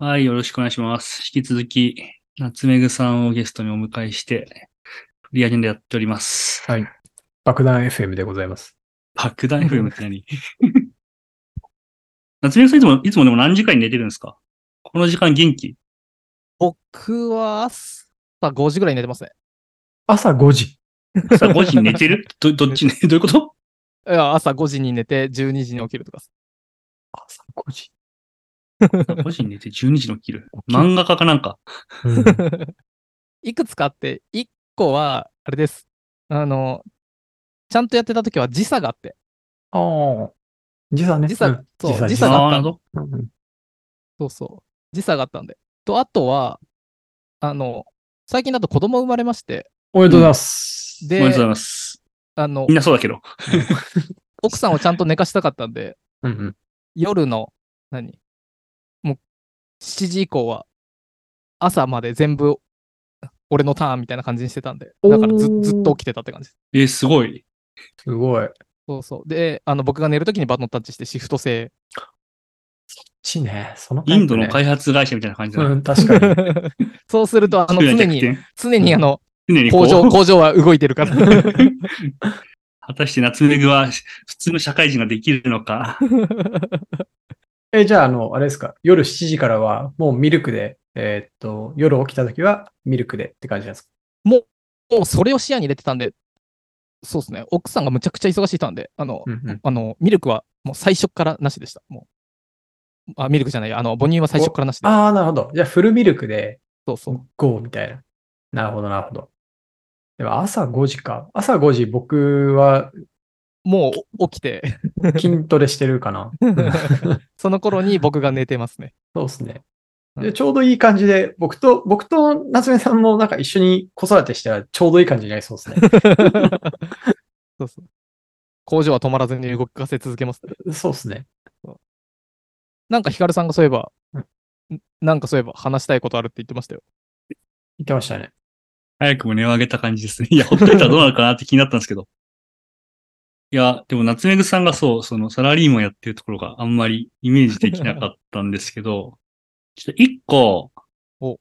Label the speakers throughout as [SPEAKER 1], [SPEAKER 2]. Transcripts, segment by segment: [SPEAKER 1] はい、よろしくお願いします。引き続き、夏目ぐさんをゲストにお迎えして、フリーアジェンダやっております。
[SPEAKER 2] はい。爆弾 FM でございます。
[SPEAKER 1] 爆弾 FM って何 夏目ぐさんいつも、いつもでも何時間に寝てるんですかこの時間元気
[SPEAKER 3] 僕は朝5時ぐらいに寝てますね。
[SPEAKER 2] 朝5時。
[SPEAKER 1] 朝5時に寝てるどどっちね、どういうこと
[SPEAKER 3] いや朝5時に寝て12時に起きるとかっす。
[SPEAKER 2] 朝5時。
[SPEAKER 1] ?5 時に寝て12時に起きる。漫画家かなんか。
[SPEAKER 3] いくつかあって、1個は、あれです。あの、ちゃんとやってた時は時差があって。
[SPEAKER 2] ああ。時差ね。
[SPEAKER 3] 時差
[SPEAKER 2] うん
[SPEAKER 3] そう
[SPEAKER 2] 時
[SPEAKER 3] 時
[SPEAKER 2] 差
[SPEAKER 3] 差が
[SPEAKER 1] あ
[SPEAKER 3] あ
[SPEAKER 1] あー、な
[SPEAKER 3] った
[SPEAKER 1] るほど。
[SPEAKER 2] うん
[SPEAKER 3] そうそう。時差があったんで。と、あとは、あの、最近だと子供生まれまして、
[SPEAKER 2] おめでとうございます。
[SPEAKER 1] おめ
[SPEAKER 3] で
[SPEAKER 1] でとうございます。
[SPEAKER 3] あの
[SPEAKER 1] みん、なそうだけど。
[SPEAKER 3] 奥さんをちゃんと寝かしたかったんで、
[SPEAKER 2] うんうん。
[SPEAKER 3] 夜の、何もう、7時以降は、朝まで全部、俺のターンみたいな感じにしてたんで、だからず
[SPEAKER 2] おー
[SPEAKER 3] ずっと起きてたって感じです。
[SPEAKER 1] えー、すごい。
[SPEAKER 2] すごい。こっ
[SPEAKER 3] そうそう。で、あの、僕が寝るときにバトンタッチしてシフト制。
[SPEAKER 2] ちね。その
[SPEAKER 1] イ
[SPEAKER 2] タイプね
[SPEAKER 1] ンドの開発会社みたいな感じだな。
[SPEAKER 2] うん、確かに。
[SPEAKER 3] そうすると、あの、
[SPEAKER 1] 昼夜
[SPEAKER 3] 常
[SPEAKER 1] 逆
[SPEAKER 3] に、
[SPEAKER 1] 転
[SPEAKER 3] 常にあの、
[SPEAKER 1] 常にこ
[SPEAKER 3] 工
[SPEAKER 1] う
[SPEAKER 3] 場、工場は動いてるから。
[SPEAKER 1] 果たして夏目ぐは普通の社会人ができるのか。
[SPEAKER 2] え、じゃあ、あの、あれですか。夜7時からは、もうミルクで、えーっと、夜起きた時はミルクでって感じなんですか。
[SPEAKER 3] もう、それを視野に入れてたんで、そうですね。奥さんがむちゃくちゃ忙しいたんで、あの、
[SPEAKER 2] うんうん。
[SPEAKER 3] あの、ミルクはもう最初からなしでした。もう。あ、ミルクじゃない、あの、母乳は最初からなしで。
[SPEAKER 2] ああ、なるほど。じゃあ、フルミルクで、
[SPEAKER 3] そうそう。
[SPEAKER 2] 5みたいな。なるほど、なるほど。でも朝5時か。朝5時僕は
[SPEAKER 3] もう起き て、
[SPEAKER 2] 筋トレしてるかな。
[SPEAKER 3] その頃に僕が寝てます ね。
[SPEAKER 2] そうですね。
[SPEAKER 3] う
[SPEAKER 2] で、
[SPEAKER 3] ん
[SPEAKER 2] ちょうどいい感じで、僕と、僕と夏目さんもなんか一緒に子育てしたらちょうどいい感じになりそうですね。
[SPEAKER 3] そうそう。工場は止まらずに動かせ続けます。
[SPEAKER 2] そうですね。
[SPEAKER 3] なんかヒカルさんがそういえば
[SPEAKER 2] うん、
[SPEAKER 3] んなんかそういえば話したいことあるって言ってましたよ。
[SPEAKER 2] 言ってましたね。
[SPEAKER 1] 早くも値を上げた感じですね。 いや、ほっといたらどうなるかなって気になったんですけど。いや、でも夏目ぐさんがそう、そのサラリーマンやってるところがあんまりイメージできなかったんですけど、 ちょっと一個、
[SPEAKER 3] お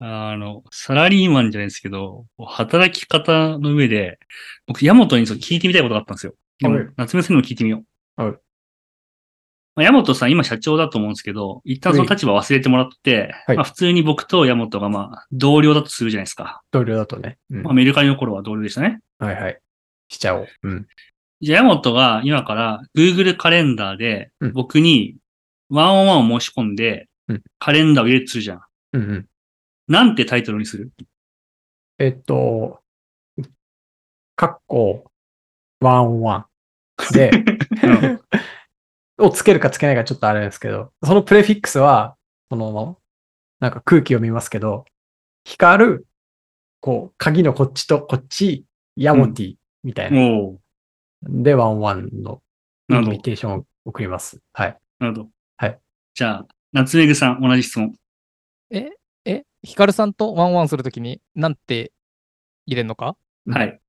[SPEAKER 1] あの、サラリーマンじゃないですけど、働き方の上で、僕、ヤモトにそう聞いてみたいことがあったんですよ。でも
[SPEAKER 2] はい、
[SPEAKER 1] 夏目さんにも聞いてみよう。
[SPEAKER 2] はい
[SPEAKER 1] まあ。ヤモトさん、今社長だと思うんですけど、一旦その立場忘れてもらって、
[SPEAKER 2] はい
[SPEAKER 1] まあ普通に僕とヤモトがまあ同僚だとするじゃないですか。
[SPEAKER 2] 同僚だとね。うん
[SPEAKER 1] まあ、メルカリの頃は同僚でしたね。
[SPEAKER 2] はいはい。しちゃおう。うん。
[SPEAKER 1] じゃあ、ヤモトが今から Google カレンダーで
[SPEAKER 2] うん
[SPEAKER 1] 僕にワンオンワンを申し込んで
[SPEAKER 2] うん、
[SPEAKER 1] カレンダーを入れるとするじゃん。
[SPEAKER 2] うんうん。
[SPEAKER 1] なんてタイトルにする
[SPEAKER 2] えっと、カッコ、ワンオンワンで、
[SPEAKER 1] うん
[SPEAKER 2] をつけるかつけないかちょっとあれですけど、そのプレフィックスは、その、なんか空気を見ますけど、光る、こう、鍵のこっちとこっち、ヤモティみたいな。
[SPEAKER 1] おう
[SPEAKER 2] で、ワンワンのイ
[SPEAKER 1] なる
[SPEAKER 2] ン
[SPEAKER 1] ほ
[SPEAKER 2] ビ
[SPEAKER 1] ど。
[SPEAKER 2] テーションを送ります。はい。
[SPEAKER 1] なるほど。
[SPEAKER 2] はい。
[SPEAKER 1] じゃあ、夏目ぐさん、同じ質問。
[SPEAKER 3] え、ヒカルさんとワンワンするときに、なんて入れんのか
[SPEAKER 2] うん
[SPEAKER 1] はい。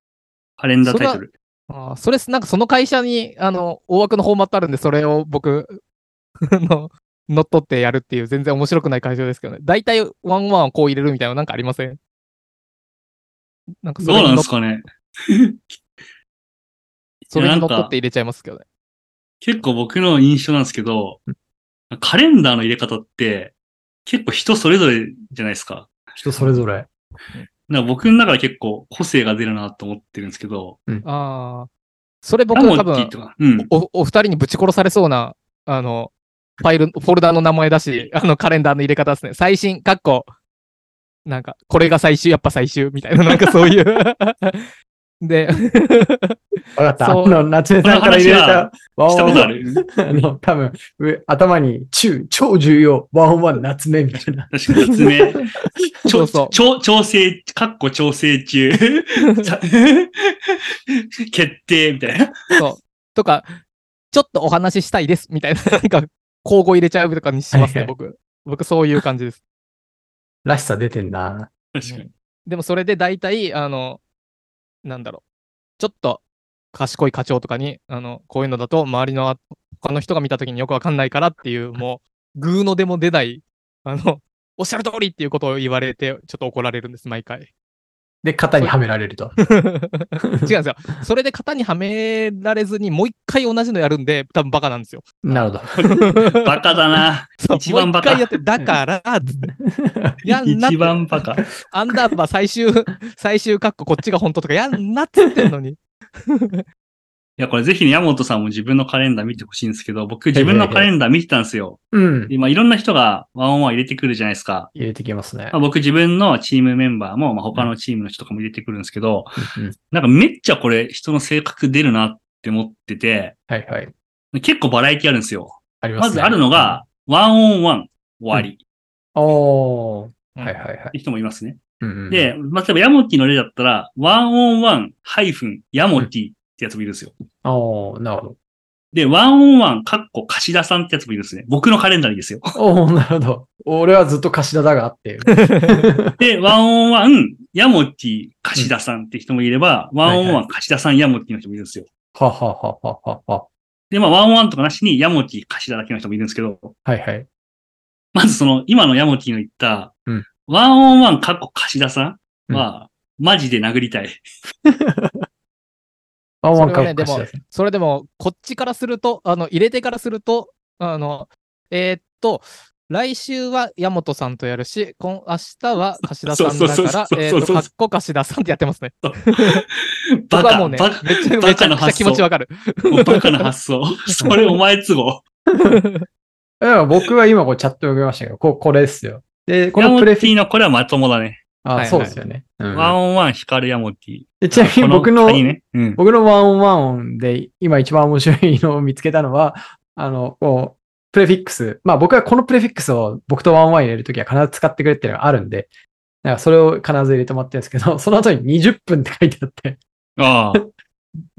[SPEAKER 1] カレンダータイトル。
[SPEAKER 3] あーそれ、なんかその会社に、あの、大枠のフォーマットあるんで、それを僕、 あの、乗っ取ってやるっていう、全然面白くない会社ですけどね。大体、ワンワンをこう入れるみたいな、なんかありませんなんかそ
[SPEAKER 1] どう
[SPEAKER 3] れ
[SPEAKER 1] な
[SPEAKER 3] に
[SPEAKER 1] んで
[SPEAKER 3] 乗っ
[SPEAKER 1] すかね
[SPEAKER 3] それに乗
[SPEAKER 1] いや
[SPEAKER 3] っ取
[SPEAKER 1] なんか
[SPEAKER 3] って入れちゃいますけどね。
[SPEAKER 1] 結構僕の印象なんですけど、カレンダーの入れ方って結構人それぞれじゃないですか。
[SPEAKER 2] 人それぞれ。
[SPEAKER 1] なんか僕の中で結構個性が出るなと思ってるんですけど、
[SPEAKER 3] ああ。それ僕
[SPEAKER 1] ラモ
[SPEAKER 3] は多
[SPEAKER 1] ッティ
[SPEAKER 3] 分
[SPEAKER 1] と、か、うん。
[SPEAKER 3] お、お二人にぶち殺されそうな、あの、ファイル、フォルダの名前だし、あの、カレンダーの入れ方ですね。最新、かっこ、なんか、これが最終、やっぱ最終、みたいな、なんかそういう。 で、
[SPEAKER 2] わ かった。あ
[SPEAKER 3] そう
[SPEAKER 2] の、夏目さんから入れたワン
[SPEAKER 1] した
[SPEAKER 2] オ
[SPEAKER 1] こ
[SPEAKER 2] ン
[SPEAKER 1] と
[SPEAKER 2] ワ
[SPEAKER 1] あ
[SPEAKER 2] ン。
[SPEAKER 1] る
[SPEAKER 2] あの、多分、上頭に、中、超重要、ワンオンワン夏目みたいな。
[SPEAKER 1] 確かに、説 明。ち
[SPEAKER 3] そ
[SPEAKER 1] ょ
[SPEAKER 3] うそう
[SPEAKER 1] 調調整、かっこ調整 中。さ決定、みたいな。
[SPEAKER 3] そう。とか、ちょっとお話ししたいです、みたいな、なんか、交互入れちゃうとかにします
[SPEAKER 2] はいはい
[SPEAKER 3] ね、僕。僕、そういう感じです。
[SPEAKER 2] らしさ出てんな。
[SPEAKER 1] 確かに。
[SPEAKER 3] でも、それで大体、あの、なんだろう。ちょっと、賢い課長とかに、あの、こういうの だと、周りの、他の人が見たときによくわかんないからっていう、もう、ぐうのでも出ないあの、おっしゃる通りっていうことを言われて、ちょっと怒られるんです、毎 回。
[SPEAKER 2] で、型にはめられると。
[SPEAKER 3] 違うんですよ。それで型にはめられずに、もう一回同じのやるんで、多分バカなんですよ。
[SPEAKER 2] なるほど。
[SPEAKER 1] バカだな。
[SPEAKER 3] そう
[SPEAKER 1] 一番バカ
[SPEAKER 3] もう一回やって、だから、つってやんなって
[SPEAKER 1] 一番バカ。
[SPEAKER 3] アンダーバー最終、最終カッコこっちが本当とか、やんなって言ってん のに。
[SPEAKER 1] いや、これぜひね、山本さんも自分のカレンダー見てほしいんですけど、僕自分のカレンダー見てたんですよ。
[SPEAKER 2] うん。
[SPEAKER 1] 今いろんな人がワンオンワン入れてくるじゃないですか。
[SPEAKER 2] 入れてきますね
[SPEAKER 1] まあ。僕自分のチームメンバーも、まあ、他のチームの人とかも入れてくるんですけど、
[SPEAKER 2] うんうん
[SPEAKER 1] なんかめっちゃこれ人の性格出るなって思ってて、
[SPEAKER 2] はいはい。
[SPEAKER 1] 結構バラエティあるんですよ。
[SPEAKER 2] あります、ね。
[SPEAKER 1] まずあるのが、ワンオンワン終わり
[SPEAKER 2] うん。おー。はいはいは
[SPEAKER 1] って人もいますね。
[SPEAKER 2] い。うんうん、
[SPEAKER 1] で、まあ、例えばヤモティの例だったら、ワンオンワンハイフンヤモティってやつもいるんですよ。
[SPEAKER 2] おー、なるほど。
[SPEAKER 1] で、ワンオンワンカッコ貸し田さんってやつもいるんですね。僕のカレンダーにです よ。
[SPEAKER 2] おー、なるほど。俺はずっと頭だがあって。
[SPEAKER 1] で、ワンオンワンヤモティ貸し田さんって人もいれば、ワンオンワン貸し田さんヤモティの人もいるんですよ。
[SPEAKER 2] はははははは。
[SPEAKER 1] で、まあ、ワンオンワンとかなしにヤモティ貸し田だけの人もいるんですけど、
[SPEAKER 2] はいはい。
[SPEAKER 1] まずその、今のヤモティの言った
[SPEAKER 2] うん、
[SPEAKER 1] ワンオンワンカッコ貸し田さんは、マジで殴りたい。
[SPEAKER 2] ワンワンカ
[SPEAKER 3] そ
[SPEAKER 2] ッ
[SPEAKER 3] れは
[SPEAKER 2] コ貸
[SPEAKER 3] ねでも
[SPEAKER 2] し出す
[SPEAKER 3] それでも、こっちからすると、あの、入れてからすると、あの、えーっと、来週は山本さんとやるし、今明日は柏田さんだ
[SPEAKER 1] そうそう
[SPEAKER 3] か
[SPEAKER 1] そうそう
[SPEAKER 3] ら、えーっ
[SPEAKER 1] そ
[SPEAKER 3] と、
[SPEAKER 1] う
[SPEAKER 3] かっこ柏田さんってやってますね。
[SPEAKER 1] バ
[SPEAKER 3] 僕はも
[SPEAKER 1] カ、
[SPEAKER 3] うね、
[SPEAKER 1] バカ、
[SPEAKER 3] めちゃめ
[SPEAKER 1] バ
[SPEAKER 3] ち
[SPEAKER 1] カ
[SPEAKER 3] ゃめ
[SPEAKER 1] の
[SPEAKER 3] ちゃ
[SPEAKER 1] 発
[SPEAKER 3] 気持ち
[SPEAKER 1] 想。
[SPEAKER 3] わかる。
[SPEAKER 1] バカな発 想。それお前都合。
[SPEAKER 2] いや僕は今こうチャット読みましたけど、こうこれですよ。で、こ
[SPEAKER 1] ヤ
[SPEAKER 2] の
[SPEAKER 1] モ
[SPEAKER 2] プレ
[SPEAKER 1] テ
[SPEAKER 2] フィ
[SPEAKER 1] ィのこれはまともだね。
[SPEAKER 2] あ、
[SPEAKER 3] はいはい
[SPEAKER 2] そうですよね。うん
[SPEAKER 1] ワンオンワン光るヤモティ。
[SPEAKER 2] でちなみに僕の
[SPEAKER 1] こ、他にね。うん。
[SPEAKER 2] 僕のワンオンワンオンで今一番面白いのを見つけたのは、あの、こう、プレフィックス。まあ僕はこのプレフィックスを僕とワンオンワン入れるときは必ず使ってくれっていうのがあるんで、なんかそれを必ず入れてもらってるんですけど、 その後に20分って書いてあって、
[SPEAKER 1] ああ。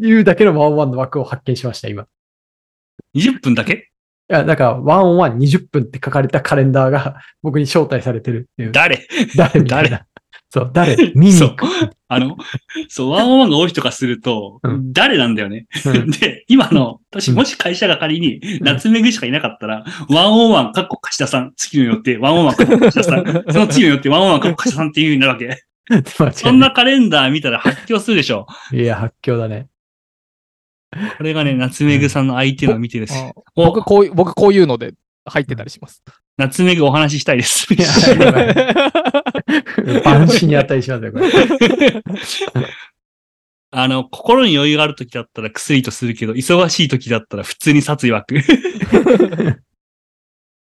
[SPEAKER 2] いうだけのワンオンワンの枠を発見しました、今。い
[SPEAKER 1] 20分だけ
[SPEAKER 2] や、なんか、ワンオンワン20分って書かれたカレンダーが僕に招待されてるっていう。
[SPEAKER 1] 誰
[SPEAKER 2] 誰みたいな。そう、誰見に行く。
[SPEAKER 1] あの、そう、ワンオンワンが多い人からすると
[SPEAKER 2] う、
[SPEAKER 1] 誰なんだよね。
[SPEAKER 2] うん
[SPEAKER 1] で、今の、私、
[SPEAKER 2] うん
[SPEAKER 1] もし会社が仮に、夏目ぐしかいなかったら、ワンオンワン、カッコ、貸し田さん、月によって、ワンオンワン、カッコ、貸し田 さん、その月によって、ワンオンワン、カッコ、貸し田さんっていう風になるわけ。
[SPEAKER 2] 間違いい
[SPEAKER 1] そんなカレンダー見たら発狂するでしょ。
[SPEAKER 2] いや、発狂だね。
[SPEAKER 1] これがね、夏目ぐさんの相手の見てるし。
[SPEAKER 3] うん僕
[SPEAKER 1] お、
[SPEAKER 3] こういう、僕こういうので入ってたりします。
[SPEAKER 1] 夏目ぐお話ししたいです。
[SPEAKER 2] いや、や ばいバンシに値しますよ、これ。
[SPEAKER 1] あの、心に余裕がある時だったら薬とするけど、忙しい時だったら普通に殺意湧く。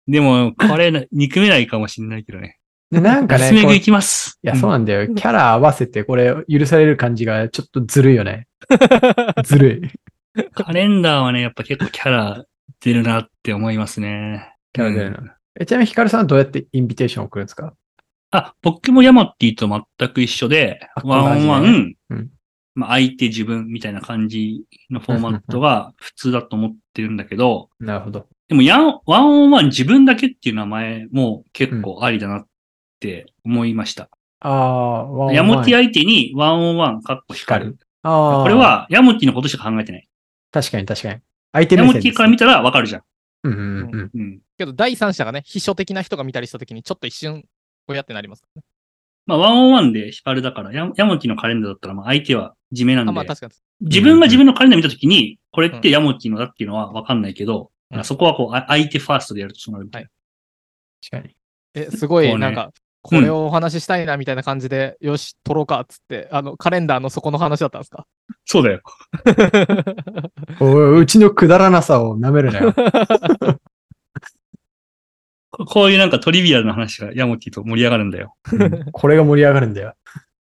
[SPEAKER 1] でも、これな、憎めないかもしれないけどね。
[SPEAKER 2] でなんかね、
[SPEAKER 1] 夏目
[SPEAKER 2] こう
[SPEAKER 1] ぐ
[SPEAKER 2] い
[SPEAKER 1] 行きます。
[SPEAKER 2] や、そう
[SPEAKER 1] う
[SPEAKER 2] なんだよ。キャラ合わせてこれ許される感じがちょっとずるいよ ね。ずるい。
[SPEAKER 1] んカレンダーはね、やっぱ結構キャラ出るなって思いますね。
[SPEAKER 2] キャラ出る
[SPEAKER 1] うん
[SPEAKER 2] な。えちなみにヒカルさんはどうやってインビテーションを送るんですか
[SPEAKER 1] あ、僕もヤマティと全く一緒で、
[SPEAKER 2] あ
[SPEAKER 1] ワンオンワ
[SPEAKER 2] 同じ
[SPEAKER 1] ン
[SPEAKER 2] うん、
[SPEAKER 1] まあ、相手自分みたいな感じのフォーマットが普通だと思ってるんだけど、
[SPEAKER 2] なるほど。
[SPEAKER 1] でもやん、ワンオンワン自分だけっていう名前も結構ありだなって思いました。
[SPEAKER 2] ああ、ワンオンワン
[SPEAKER 1] ヤモティ相手にワンオンワンかっこ光る。
[SPEAKER 2] ああ、
[SPEAKER 1] これ、はヤモティのことしか考えてない。
[SPEAKER 2] 確かに確かに。相手
[SPEAKER 1] ヤ
[SPEAKER 2] 目
[SPEAKER 1] モ
[SPEAKER 2] 線
[SPEAKER 1] テ
[SPEAKER 2] ですね
[SPEAKER 1] ィから見たらわかるじゃん。
[SPEAKER 2] うんうんうん。
[SPEAKER 1] うん。
[SPEAKER 3] けど、第三者がね、秘書的な人が見たりしたときに、ちょっと一瞬、こうやってなりますからね。
[SPEAKER 1] まあ、ワンオンワンで光るだから、ヤヤモティのカレンダーだったら、まあ、相手は地名なん
[SPEAKER 3] あ、
[SPEAKER 1] で、
[SPEAKER 3] まあ確かに。
[SPEAKER 1] 自分が自分のカレンダー見たときに、これってヤモティのだっていうのはわかんないけど、
[SPEAKER 3] うん
[SPEAKER 1] そこはこう、あ相手ファーストでやるとそうなるみたいな。
[SPEAKER 2] 確かに。
[SPEAKER 3] え、すご
[SPEAKER 1] そう
[SPEAKER 3] い、
[SPEAKER 1] ね
[SPEAKER 3] なんか、これをお話ししたいな、みたいな感じで、よし、撮ろうか、っつって、あの、カレンダーのそこの話だったんですか
[SPEAKER 1] そうだよ。
[SPEAKER 2] おいうちのくだらなさを舐めるな よ。
[SPEAKER 1] ここういうなんかトリビアルな話がヤモティと盛り上がるんだよ。
[SPEAKER 2] うんこれが盛り上がるんだよ。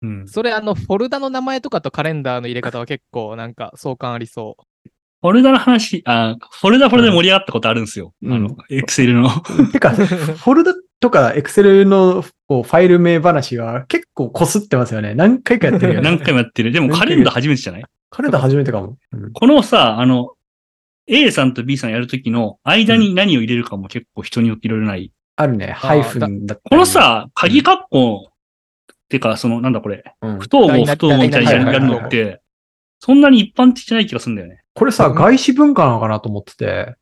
[SPEAKER 1] うん。
[SPEAKER 3] それ、あの、フォルダの名前とかとカレンダーの入れ方は結構、なんか、相関ありそう。
[SPEAKER 1] フォルダの話、あ、フォルダフォルダで盛り上がったことあるんですよ。
[SPEAKER 2] うん
[SPEAKER 1] あの、エクセルの。
[SPEAKER 2] てか、 フォルダとか Excel のこうファイル名話は結構こすってますよね。何回かやって るよね。
[SPEAKER 1] 何回もやってる。でもカレンダー初めてじゃない
[SPEAKER 2] カレンダー初めてかも。うん
[SPEAKER 1] このさ、あの、A さんと B さんやるときの間に何を入れるかも結構人によっていろいろない。
[SPEAKER 2] あるね。ハイフンだったり
[SPEAKER 1] この、さ、鍵括弧、ってか、その、なんだこれ、
[SPEAKER 2] うん
[SPEAKER 1] 不等号、
[SPEAKER 3] 何
[SPEAKER 1] 不等号みたいに
[SPEAKER 2] 何
[SPEAKER 1] やるの
[SPEAKER 3] 何
[SPEAKER 1] って、そんなに一般的じゃない気がするんだよね。
[SPEAKER 2] これさ、外資文化なのかなと思ってて、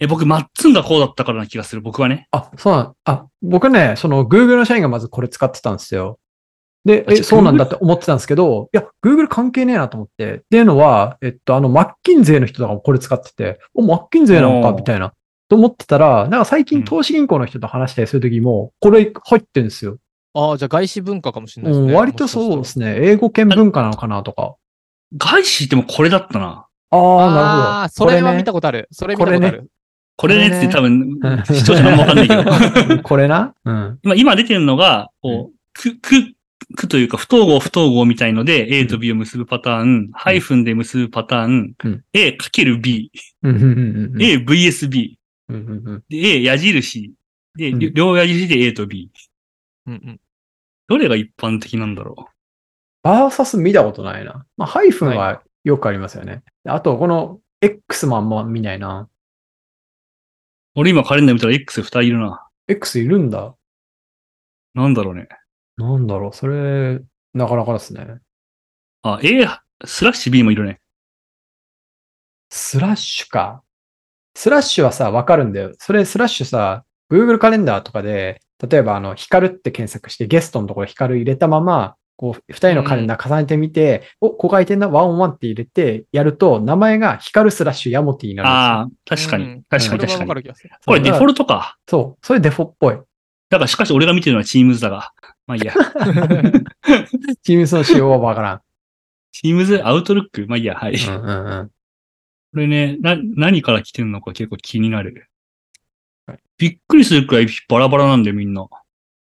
[SPEAKER 1] え、僕、マッツンがこうだったからな気がする、僕はね。
[SPEAKER 2] あ、そうなん、あ、僕ね、その Google の社員がまずこれ使ってたんですよ。で、
[SPEAKER 1] あじゃ
[SPEAKER 2] え、
[SPEAKER 1] あ
[SPEAKER 2] そうなんだって思ってたんですけど、いや、Google 関係ねえなと思って。っていうのは、えっと、あの、マッキンゼーの人とかもこれ使ってて、お、マッキンゼーなのか、
[SPEAKER 1] おー
[SPEAKER 2] みたいな。と思ってたら、なんか最
[SPEAKER 1] うん
[SPEAKER 2] 近投資銀行の人と話したりするときも、これ入ってるんですよ。
[SPEAKER 3] ああ、じゃあ外資文化かもしれないで
[SPEAKER 2] う
[SPEAKER 3] す
[SPEAKER 2] ん
[SPEAKER 3] ね。
[SPEAKER 2] 割とそうですね。英語圏文化なのかなとか。
[SPEAKER 1] 外資ってもこれだったな。
[SPEAKER 2] あ
[SPEAKER 3] あ
[SPEAKER 2] あ、
[SPEAKER 3] あ、
[SPEAKER 2] なるほど。
[SPEAKER 3] それは見た
[SPEAKER 2] こ
[SPEAKER 3] ことある。それ見たことある。
[SPEAKER 1] これねって多分、 視聴者もわかんないけど。
[SPEAKER 2] れね。 これな。うん。
[SPEAKER 1] 今、今出てるのが、こう、く、く、くというか、不統合不統合みたいので、A と B を結ぶパターン、ハイフンで結ぶパターン、
[SPEAKER 2] うん
[SPEAKER 1] A かける B、
[SPEAKER 2] うんうんうんうん
[SPEAKER 1] A vs B、
[SPEAKER 2] うんうんうん。
[SPEAKER 1] で A 矢印、で、
[SPEAKER 2] うん
[SPEAKER 1] りょ両矢印で A と B。
[SPEAKER 3] うんうん。
[SPEAKER 1] どれが一般的なんだろ
[SPEAKER 2] バーサス見たことないな。まあ、ハイフン
[SPEAKER 3] は
[SPEAKER 2] はよくありますよね。あと、この X もあんま見ない
[SPEAKER 1] う。
[SPEAKER 2] な。
[SPEAKER 1] 俺今カレンダー見たら X2 人いるな。
[SPEAKER 2] X いるんだ。
[SPEAKER 1] なんだろうね。
[SPEAKER 2] なんだろう。それ、なかなかですね。
[SPEAKER 1] あ、A スラッシュ B もいるね。
[SPEAKER 2] スラッシュか。スラッシュはさ、わかるんだよ。それ、スラッシュさ、Google カレンダーとかで、例えば、あの、光って検索して、ゲストのところ光入れたまま、こう、二人のカレンダー重ねてみて、お、ここ空いてんな、ワンオンワンって入れて、やると、名前が光スラッシュヤモティになるんです
[SPEAKER 1] ああ、確
[SPEAKER 2] よ。
[SPEAKER 1] か
[SPEAKER 3] う
[SPEAKER 1] に
[SPEAKER 3] ん。
[SPEAKER 1] 確かに
[SPEAKER 3] これ
[SPEAKER 1] 確か
[SPEAKER 3] はわか
[SPEAKER 1] に。
[SPEAKER 3] る気がする。
[SPEAKER 1] これデフォ
[SPEAKER 2] ルト
[SPEAKER 1] ルトか。
[SPEAKER 2] そう、それデフォっぽい。
[SPEAKER 1] だからしかし俺が見てるのは Teams だが。まあいいや。
[SPEAKER 2] チームスの仕様はわからん。
[SPEAKER 1] Teams、Outlook? まあいいや、はい。
[SPEAKER 2] うんうんうん。
[SPEAKER 1] これね、な、何から来てるのか結構気になる
[SPEAKER 2] はい。
[SPEAKER 1] びっくりするくらいバラバラなんだよ、みんな。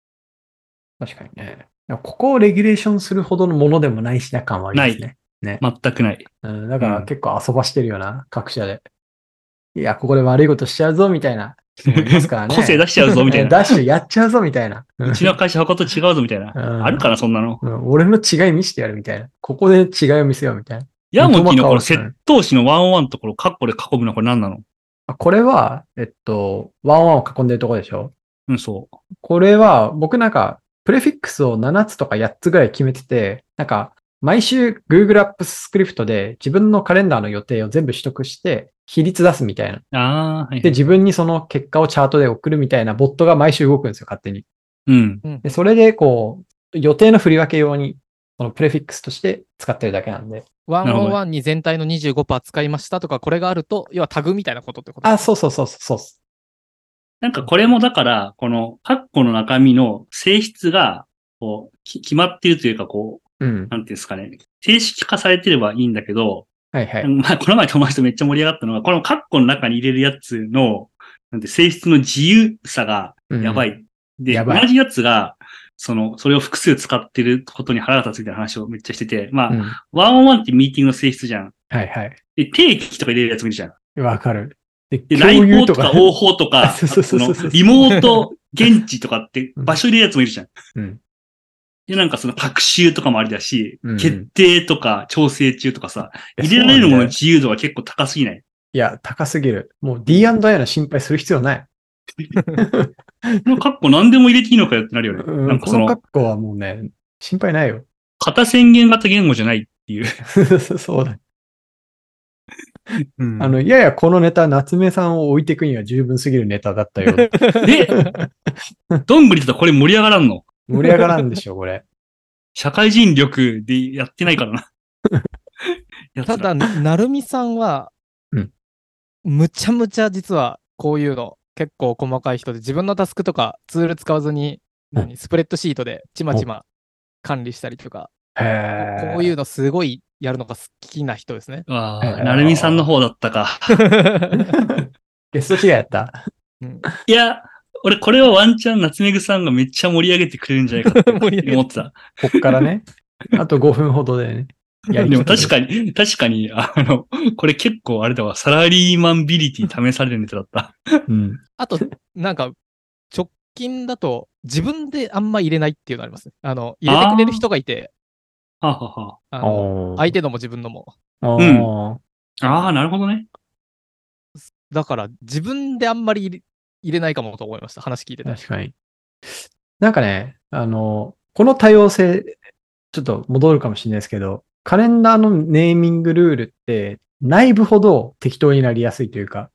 [SPEAKER 2] 確かにね。ここをレギュレーションするほどのものでもないしな感はありますね。
[SPEAKER 1] 全くない。
[SPEAKER 2] うん、だか
[SPEAKER 1] うん
[SPEAKER 2] ら結構遊ばしてるよな、各社で。いや、ここで悪いことしちゃうぞ、みたいな人もいますから ね。
[SPEAKER 1] 個性出しちゃうぞ、みたいな。
[SPEAKER 2] ダッシュやっちゃうぞ、みた いな。
[SPEAKER 1] うちの会社他と違うぞ、みたいな。
[SPEAKER 2] うん
[SPEAKER 1] あるかな、そんなの。
[SPEAKER 2] うん俺の違い見してやるみたいな。ここで違いを見せようみたいな。
[SPEAKER 1] ヤモティのこの
[SPEAKER 2] 三笘薫
[SPEAKER 1] 窃盗士のワンオンワンのところ、カッコで囲むのはこれ何なの
[SPEAKER 2] あこれは、えっと、ワンワンを囲んでるとこでしょ
[SPEAKER 1] うん、そう。
[SPEAKER 2] これは、僕なんか、プレフィックスを7つとか8つぐらい決めてて、なんか、毎週 Google Apps スクリプトで自分のカレンダーの予定を全部取得して、比率出すみたいな。
[SPEAKER 1] ああ、はい
[SPEAKER 2] で、。自分にその結果をチャートで送るみたいなボットが毎週動くんですよ、勝手に。
[SPEAKER 1] うん。
[SPEAKER 2] で、それで、こう、予定の振り分け用に、このプレフィックスとして使ってるだけなんで。
[SPEAKER 3] ワ
[SPEAKER 1] な
[SPEAKER 3] ン
[SPEAKER 1] るほど
[SPEAKER 3] オンワンに全体の25%使いましたとか、これがあると、要はタグみたいなことってこと
[SPEAKER 2] あ、そうそうそうそうそうっす。
[SPEAKER 1] なんかこれもだから、このカッコの中身の性質が、こう、き決まってるというか、こう、
[SPEAKER 2] うん。
[SPEAKER 1] なんていうんですかね。定式化されてればいいんだけど、
[SPEAKER 2] はいは
[SPEAKER 1] う
[SPEAKER 2] い。
[SPEAKER 1] んまあ、この前友達とめっちゃ盛り上がったのが、このカッコの中に入れるやつの、なんて性質の自由さが
[SPEAKER 2] うん
[SPEAKER 1] やばい。。で、
[SPEAKER 2] やばい
[SPEAKER 1] 同じやつが、その、それを複数使ってることに腹が立つみたいな話をめっちゃしてて、まあ、
[SPEAKER 2] うん。
[SPEAKER 1] ワンオンワンってミーティングの性質じゃん。
[SPEAKER 2] はいはい。
[SPEAKER 1] で、定期とか入れるやつもいるじゃん。
[SPEAKER 2] わかる。で、
[SPEAKER 1] で、
[SPEAKER 2] 共
[SPEAKER 1] 来
[SPEAKER 2] 有
[SPEAKER 1] 訪とか応報とか、
[SPEAKER 2] そうそうそうそう
[SPEAKER 1] あとのリモート、現地とかって
[SPEAKER 2] うん
[SPEAKER 1] 場所入れるやつもいるじゃん。
[SPEAKER 2] うん
[SPEAKER 1] で、なんかその、学習とかもありだし、
[SPEAKER 2] うんうん
[SPEAKER 1] 決定とか調整中とかさ、入れられるものの自由度が結構高すぎない。
[SPEAKER 2] いや、高すぎる。もう D&I の心配する必要ない。
[SPEAKER 1] このカッコ何でも入れていいのかよってなるよね。
[SPEAKER 2] う
[SPEAKER 1] なん
[SPEAKER 2] ん、
[SPEAKER 1] か
[SPEAKER 2] こ
[SPEAKER 1] そ
[SPEAKER 2] の
[SPEAKER 1] の、
[SPEAKER 2] 格好はもうね、心配ないよ。
[SPEAKER 1] 型宣言型言語じゃないっていう。
[SPEAKER 2] そうだ。あの、ややこのネタ、夏目さんを置いていくには十分すぎるネタだったよ。
[SPEAKER 1] で、どんぐりとこれ盛り上がらんの
[SPEAKER 2] 盛り上がらんでしょ、これ。
[SPEAKER 1] 社会人力でやってないから な。やつら。
[SPEAKER 3] ただ、、なるみさんは、
[SPEAKER 2] うん
[SPEAKER 3] むちゃむちゃ実はこういうの結構細かい人で自分のタスクとかツール使わずに、
[SPEAKER 2] うん
[SPEAKER 3] 何スプレッドシートでちまちま管理したりとか、
[SPEAKER 2] へ。
[SPEAKER 3] こういううのすごいやるのが好きな人ですね
[SPEAKER 1] あ
[SPEAKER 2] え
[SPEAKER 1] ー
[SPEAKER 2] ー
[SPEAKER 1] なるみさんの方だったか。
[SPEAKER 2] ゲスト違いやった。
[SPEAKER 3] うん
[SPEAKER 1] いや、俺これはワンチャン夏目ぐさんがめっちゃ盛り上げてくれるんじゃないかって
[SPEAKER 3] 盛り上げて
[SPEAKER 1] 思ってた。
[SPEAKER 2] こっからね。あと5分ほどでね。やり
[SPEAKER 1] でも確
[SPEAKER 2] か
[SPEAKER 1] かに、確かに、あの、これ結構あれだわ、サラリーマンビリティ試されるネタだった。
[SPEAKER 2] に。うん。
[SPEAKER 3] あと、なんか、直近だと自分であんま入れないっていうのありますね。あの、入れてくれる人がいて、
[SPEAKER 1] はあはあは
[SPEAKER 3] あの
[SPEAKER 2] おー
[SPEAKER 3] 相手のも自分のも。
[SPEAKER 2] お
[SPEAKER 1] うん
[SPEAKER 2] ー。
[SPEAKER 1] ああー、なるほどね。
[SPEAKER 3] だから、自分であんまり入れ入れないかもと思いました。話聞いてて。
[SPEAKER 2] 確かに。なんかね、あの、この多様性、ちょっと戻るかもしれないですけど、カレンダーのネーミングルールって内部ほど適当になりやすいというか、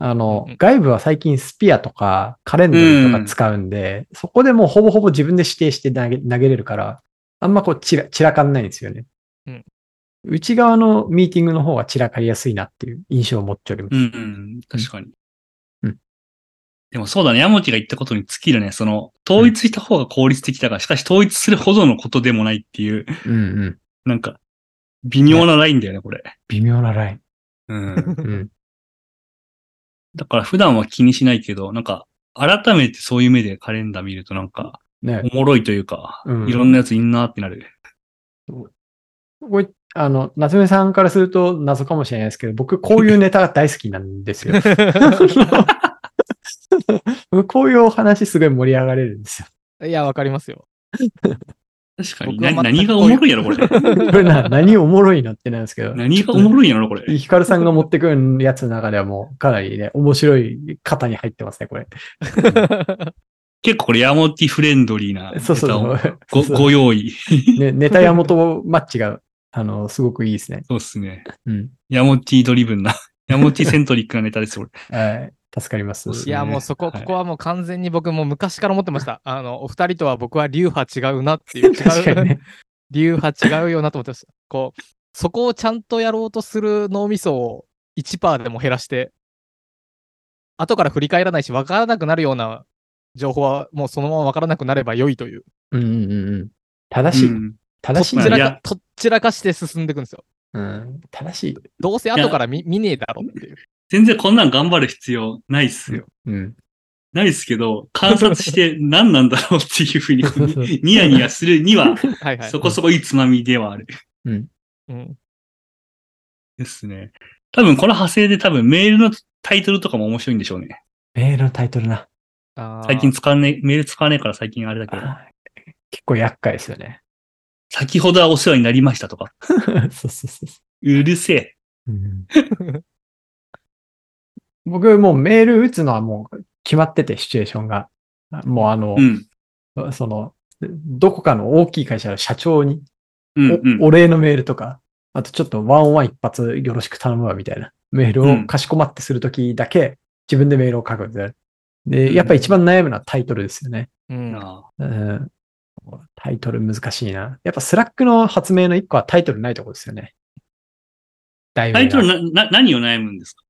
[SPEAKER 2] あの
[SPEAKER 3] うんうん、
[SPEAKER 2] 外部は最近スピアとかカレンダーとか使うんで、そこでもうほぼほぼ自分で指定して投げ投げれるから、あんまこう散ら散らかんないんですよね。
[SPEAKER 3] うん
[SPEAKER 2] 内側のミーティングの方が散らかりやすいなっていう印象を持っております。
[SPEAKER 1] うん、うん、確かに。
[SPEAKER 2] うん
[SPEAKER 1] でもそうだね、ヤモチが言ったことに尽きるね。その、統一した方が効率的だが、しかし統一するほどのことでもないっていう、
[SPEAKER 2] うんうん。
[SPEAKER 1] なんか、微妙なラインだよね、これ。
[SPEAKER 2] 微妙なライン。
[SPEAKER 1] うん。
[SPEAKER 2] うん。
[SPEAKER 1] だから普段は気にしないけど、なんか、改めてそういう目でカレンダー見るとなんか、
[SPEAKER 2] ね
[SPEAKER 1] おもろいというか、
[SPEAKER 2] うん
[SPEAKER 1] いろんなやついんなーってなる。
[SPEAKER 2] これ、あの、夏目さんからすると謎かもしれないですけど、僕、こういうネタが大好きなんで すよ。僕こういうお話すごい盛り上がれるんですよ。
[SPEAKER 3] いや、わかりますよ。
[SPEAKER 1] 確かに。
[SPEAKER 3] 僕
[SPEAKER 1] な
[SPEAKER 3] は全く
[SPEAKER 1] 何がおもろいやろ、こ れ。
[SPEAKER 2] これな、何おもろいのってなんですけど、
[SPEAKER 1] 何がおもろいんやろ、これ。
[SPEAKER 2] ヒカルさんが持ってくるやつの中ではもうかなりね、面白い型に入ってますね、これ。
[SPEAKER 1] 結構これ、ヤモティフレンドリーなネ
[SPEAKER 2] そうそ
[SPEAKER 1] タを
[SPEAKER 2] うそう。
[SPEAKER 1] ごご用意。
[SPEAKER 2] ね、ネタやもとマッチが、あの、すごくいいですね。
[SPEAKER 1] そうですね。
[SPEAKER 2] うん。
[SPEAKER 1] ヤモティドリブンな。 ヤモティセントリックなネタです、これ。
[SPEAKER 2] はい。助かります
[SPEAKER 1] そうっ。す
[SPEAKER 3] いや、
[SPEAKER 1] ね
[SPEAKER 3] もうそこ、
[SPEAKER 1] はい
[SPEAKER 3] ここはもう完全に僕もう昔から思ってました。あの、お二人とは僕は流派違うなっていう。違う
[SPEAKER 2] 確かにね。
[SPEAKER 3] 流派違うよなと思って ました。こう、そこをちゃんとやろうとする脳みそを1%でも減らして、後から振り返らないし、分からなくなるような情報はもうそのまま分からなくなれば良いという。
[SPEAKER 2] うんうんうんうん。正し
[SPEAKER 1] う
[SPEAKER 2] い。
[SPEAKER 1] ん
[SPEAKER 3] とっ
[SPEAKER 2] 正しい
[SPEAKER 3] ち
[SPEAKER 2] ん
[SPEAKER 1] こ
[SPEAKER 2] だ
[SPEAKER 3] ら
[SPEAKER 1] い
[SPEAKER 2] よ。
[SPEAKER 1] や
[SPEAKER 3] か、とっちらかして進んでいくんですよ。
[SPEAKER 2] うん。正しい。
[SPEAKER 3] どうせ後から見見ねえだろ っていう。
[SPEAKER 1] 全然こんなん頑張る必要ないっすよ。
[SPEAKER 2] うん。
[SPEAKER 1] ないですけど、観察して何なんだろうっていうふうに
[SPEAKER 2] そうそう
[SPEAKER 1] ニヤニヤするには、
[SPEAKER 3] はいはい
[SPEAKER 1] そ。こそこいいつまみではある。
[SPEAKER 3] うん、
[SPEAKER 1] ですね。多分この派生で多分メールのタイトルとかも面白いんでしょうね。
[SPEAKER 2] メールのタイトルな。
[SPEAKER 3] あー
[SPEAKER 1] 最近使わねえ、メール使わねえから最近あれだけど、
[SPEAKER 2] あー結構厄介ですよね。
[SPEAKER 1] 先ほどはお世話になりましたとか、
[SPEAKER 2] そうそうそうそう
[SPEAKER 1] るせえ。
[SPEAKER 2] う。うん、 僕、もうメール打つのはもう決まってて、シチュエーションが。もうあの、
[SPEAKER 1] うん。
[SPEAKER 2] その、どこかの大きい会社の社長に、
[SPEAKER 1] うん、
[SPEAKER 2] お
[SPEAKER 1] う
[SPEAKER 2] お礼のメールとか、あとちょっとワンオンワン一発よろしく頼むわみたいなメール
[SPEAKER 1] う
[SPEAKER 2] を
[SPEAKER 1] ん
[SPEAKER 2] かしこまってするときだけ自分でメールを書くんですよね。
[SPEAKER 1] う
[SPEAKER 2] で、
[SPEAKER 1] ん。
[SPEAKER 2] やっぱ一番悩むのはタイトルですよね。
[SPEAKER 3] うんん、
[SPEAKER 1] ああ
[SPEAKER 2] うん、タイトル難しいな。やっぱスラックの発明の一個はタイトルないとこですよね。だいぶ
[SPEAKER 1] タ
[SPEAKER 2] な
[SPEAKER 1] イトルな、な、何を悩むんですか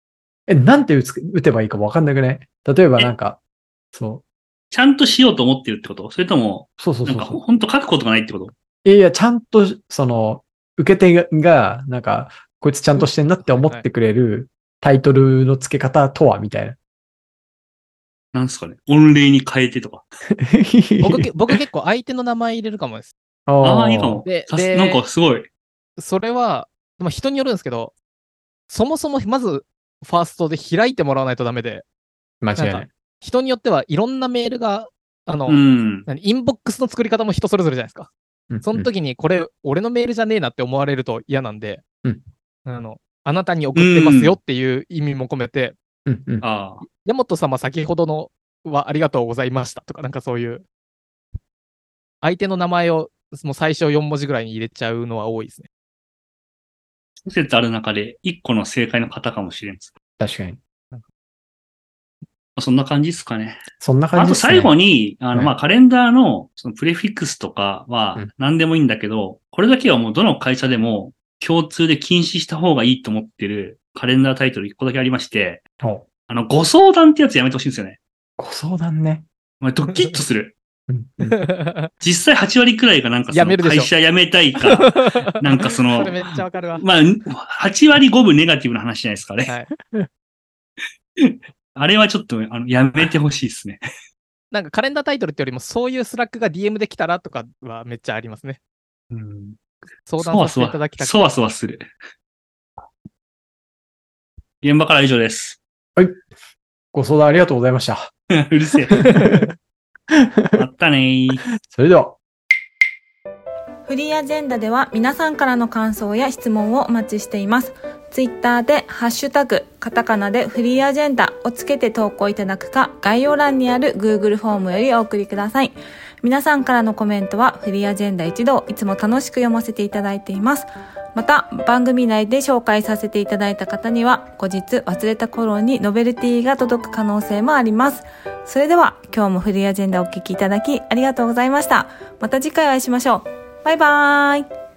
[SPEAKER 2] え、なんて打つ打てばいいかわかんなくね。例えばなんか、そ
[SPEAKER 1] ちゃんとしようと思ってるってことそれとも、
[SPEAKER 2] う、そうそう
[SPEAKER 1] なん
[SPEAKER 2] そう
[SPEAKER 1] か
[SPEAKER 2] そう
[SPEAKER 1] ほ。ほんと書くことがないってこと
[SPEAKER 2] いやいや、ちゃんと、その、受け手がが、なんか、こいつちゃんとしてんなって思ってくれるタイトルの付け方とは、みたいな。
[SPEAKER 1] なんですかね音礼に変えてとか。
[SPEAKER 3] 僕け僕結構相手の名前入れるかもです。
[SPEAKER 1] ああ、いいか
[SPEAKER 2] ー
[SPEAKER 1] も
[SPEAKER 3] で。
[SPEAKER 1] さす
[SPEAKER 3] で
[SPEAKER 1] なんかすごい。
[SPEAKER 3] それは、まあ、人によるんですけど、そもそもまずファーストで開いてもらわないとダメで、
[SPEAKER 2] 間違いな
[SPEAKER 3] なん
[SPEAKER 2] い
[SPEAKER 3] か。人によってはいろんなメールが、あの、
[SPEAKER 1] うん。
[SPEAKER 3] 何インボックスの作り方も人それぞれじゃないですか。
[SPEAKER 2] うん
[SPEAKER 3] その、時にこれ、俺のメールじゃねえなって思われると嫌なんで、
[SPEAKER 2] うん
[SPEAKER 3] あの、あなたに送ってますよっていう意味も込めて、
[SPEAKER 2] うんうん
[SPEAKER 1] ああ。
[SPEAKER 3] ヤマト様先ほどのはありがとうございましたとか、なんかそういう、相手の名前をもう最初4文字ぐらいに入れちゃうのは多いですね。
[SPEAKER 1] 諸説ある中で、一個の正解の方かもしれんす。
[SPEAKER 2] 確かに。
[SPEAKER 1] まあそんな感じですかね。
[SPEAKER 2] そんな感
[SPEAKER 1] あ
[SPEAKER 2] じ
[SPEAKER 1] と
[SPEAKER 2] ですね
[SPEAKER 1] 最後に、あの、
[SPEAKER 2] はい
[SPEAKER 1] まあ、カレンダーの、その、プレフィックスとかは
[SPEAKER 2] うん、
[SPEAKER 1] 何でもいいんだけど、これだけはもうどの会社でも、共通で禁止した方がいいと思ってるカレンダータイトル一個だけありまして、
[SPEAKER 2] お
[SPEAKER 1] あの、ご相談ってやつやめてほしいんですよね。
[SPEAKER 2] ご相談ね。
[SPEAKER 1] まあ、ドキッとする。
[SPEAKER 2] うんうん
[SPEAKER 1] 実際8割くらいがなんかそ
[SPEAKER 3] やめ
[SPEAKER 1] の
[SPEAKER 3] るでしょ
[SPEAKER 1] 会社辞めたいか、 なんかその
[SPEAKER 3] それめっちゃわかるわ。
[SPEAKER 1] まあ、8割5分ネガティブな話じゃないですかね。
[SPEAKER 3] はい、
[SPEAKER 1] あれはちょっと、あの、やめてほしいですね。
[SPEAKER 3] なんかカレンダータイトルってよりも、そういうスラックが DM できたらとかはめっちゃありますね。
[SPEAKER 1] うん。
[SPEAKER 3] 相談させていただきたく
[SPEAKER 1] そわそわする。現場からは以上です。
[SPEAKER 2] ご相談ありがとうございました。
[SPEAKER 1] うるせえ。 まったねー。
[SPEAKER 2] それでは。
[SPEAKER 4] フリーアジェンダでは皆さんからの感想や質問をお待ちしています。Twitter ツイッターでハッシュタグ、カタカナでフリーアジェンダをつけて投稿いただくか、概要欄にある Google フォームよりお送りください。皆さんからのコメントはフリーアジェンダ一同、いつも楽しく読ませていただいています。また、番組内で紹介させていただいた方には、後日忘れた頃にノベルティが届く可能性もあります。それでは、今日もフリーアジェンダをお聞きいただき、ありがとうございました。また次回お会いしましょう。バイバーイ。